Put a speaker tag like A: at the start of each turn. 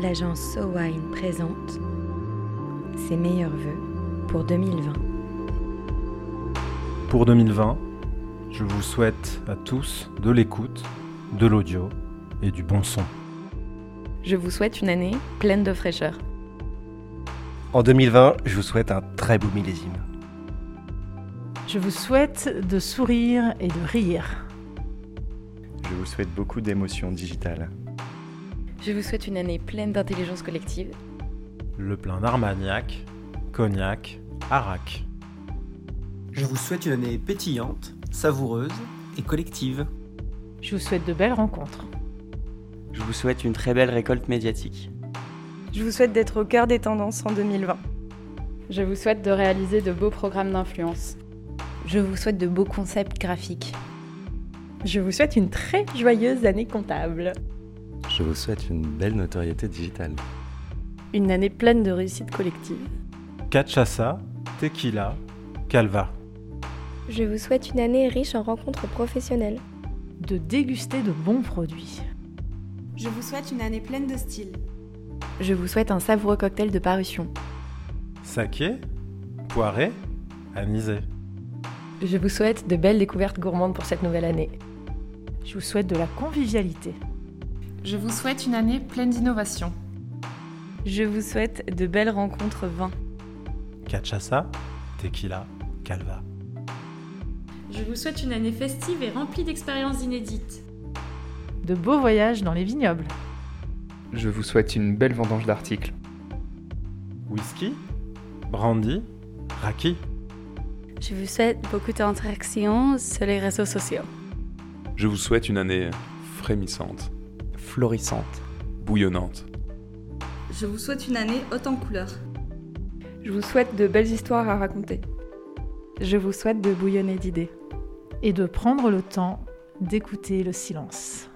A: l'agence SoWine présente ses meilleurs vœux pour 2020.
B: Pour 2020, je vous souhaite à tous de l'écoute, de l'audio et du bon son.
C: Je vous souhaite une année pleine de fraîcheur.
D: En 2020, je vous souhaite un très beau millésime.
E: Je vous souhaite de sourire et de rire.
F: Je vous souhaite beaucoup d'émotions digitales.
C: Je vous souhaite une année pleine d'intelligence collective.
B: Le plein d'Armagnac, Cognac, Arak.
G: Je vous souhaite une année pétillante, savoureuse et collective.
E: Je vous souhaite de belles rencontres.
H: Je vous souhaite une très belle récolte médiatique.
I: Je vous souhaite d'être au cœur des tendances en 2020.
J: Je vous souhaite de réaliser de beaux programmes d'influence.
K: Je vous souhaite de beaux concepts graphiques.
L: Je vous souhaite une très joyeuse année comptable.
M: Je vous souhaite une belle notoriété digitale.
N: Une année pleine de réussite collective.
B: Cachaça, tequila, calva.
O: Je vous souhaite une année riche en rencontres professionnelles.
E: De déguster de bons produits.
P: Je vous souhaite une année pleine de style.
C: Je vous souhaite un savoureux cocktail de parution.
B: Saké, poiré, anisé.
C: Je vous souhaite de belles découvertes gourmandes pour cette nouvelle année.
E: Je vous souhaite de la convivialité.
Q: Je vous souhaite une année pleine d'innovation.
K: Je vous souhaite de belles rencontres vin.
B: Cachaça, tequila, calva.
R: Je vous souhaite une année festive et remplie d'expériences inédites.
E: De beaux voyages dans les vignobles.
S: Je vous souhaite une belle vendange d'articles.
B: Whisky, brandy, raki.
T: Je vous souhaite beaucoup d'interactions sur les réseaux sociaux.
B: Je vous souhaite une année frémissante,
H: florissante,
B: bouillonnante.
P: Je vous souhaite une année haute en couleurs.
J: Je vous souhaite de belles histoires à raconter.
K: Je vous souhaite de bouillonner d'idées.
E: Et de prendre le temps d'écouter le silence.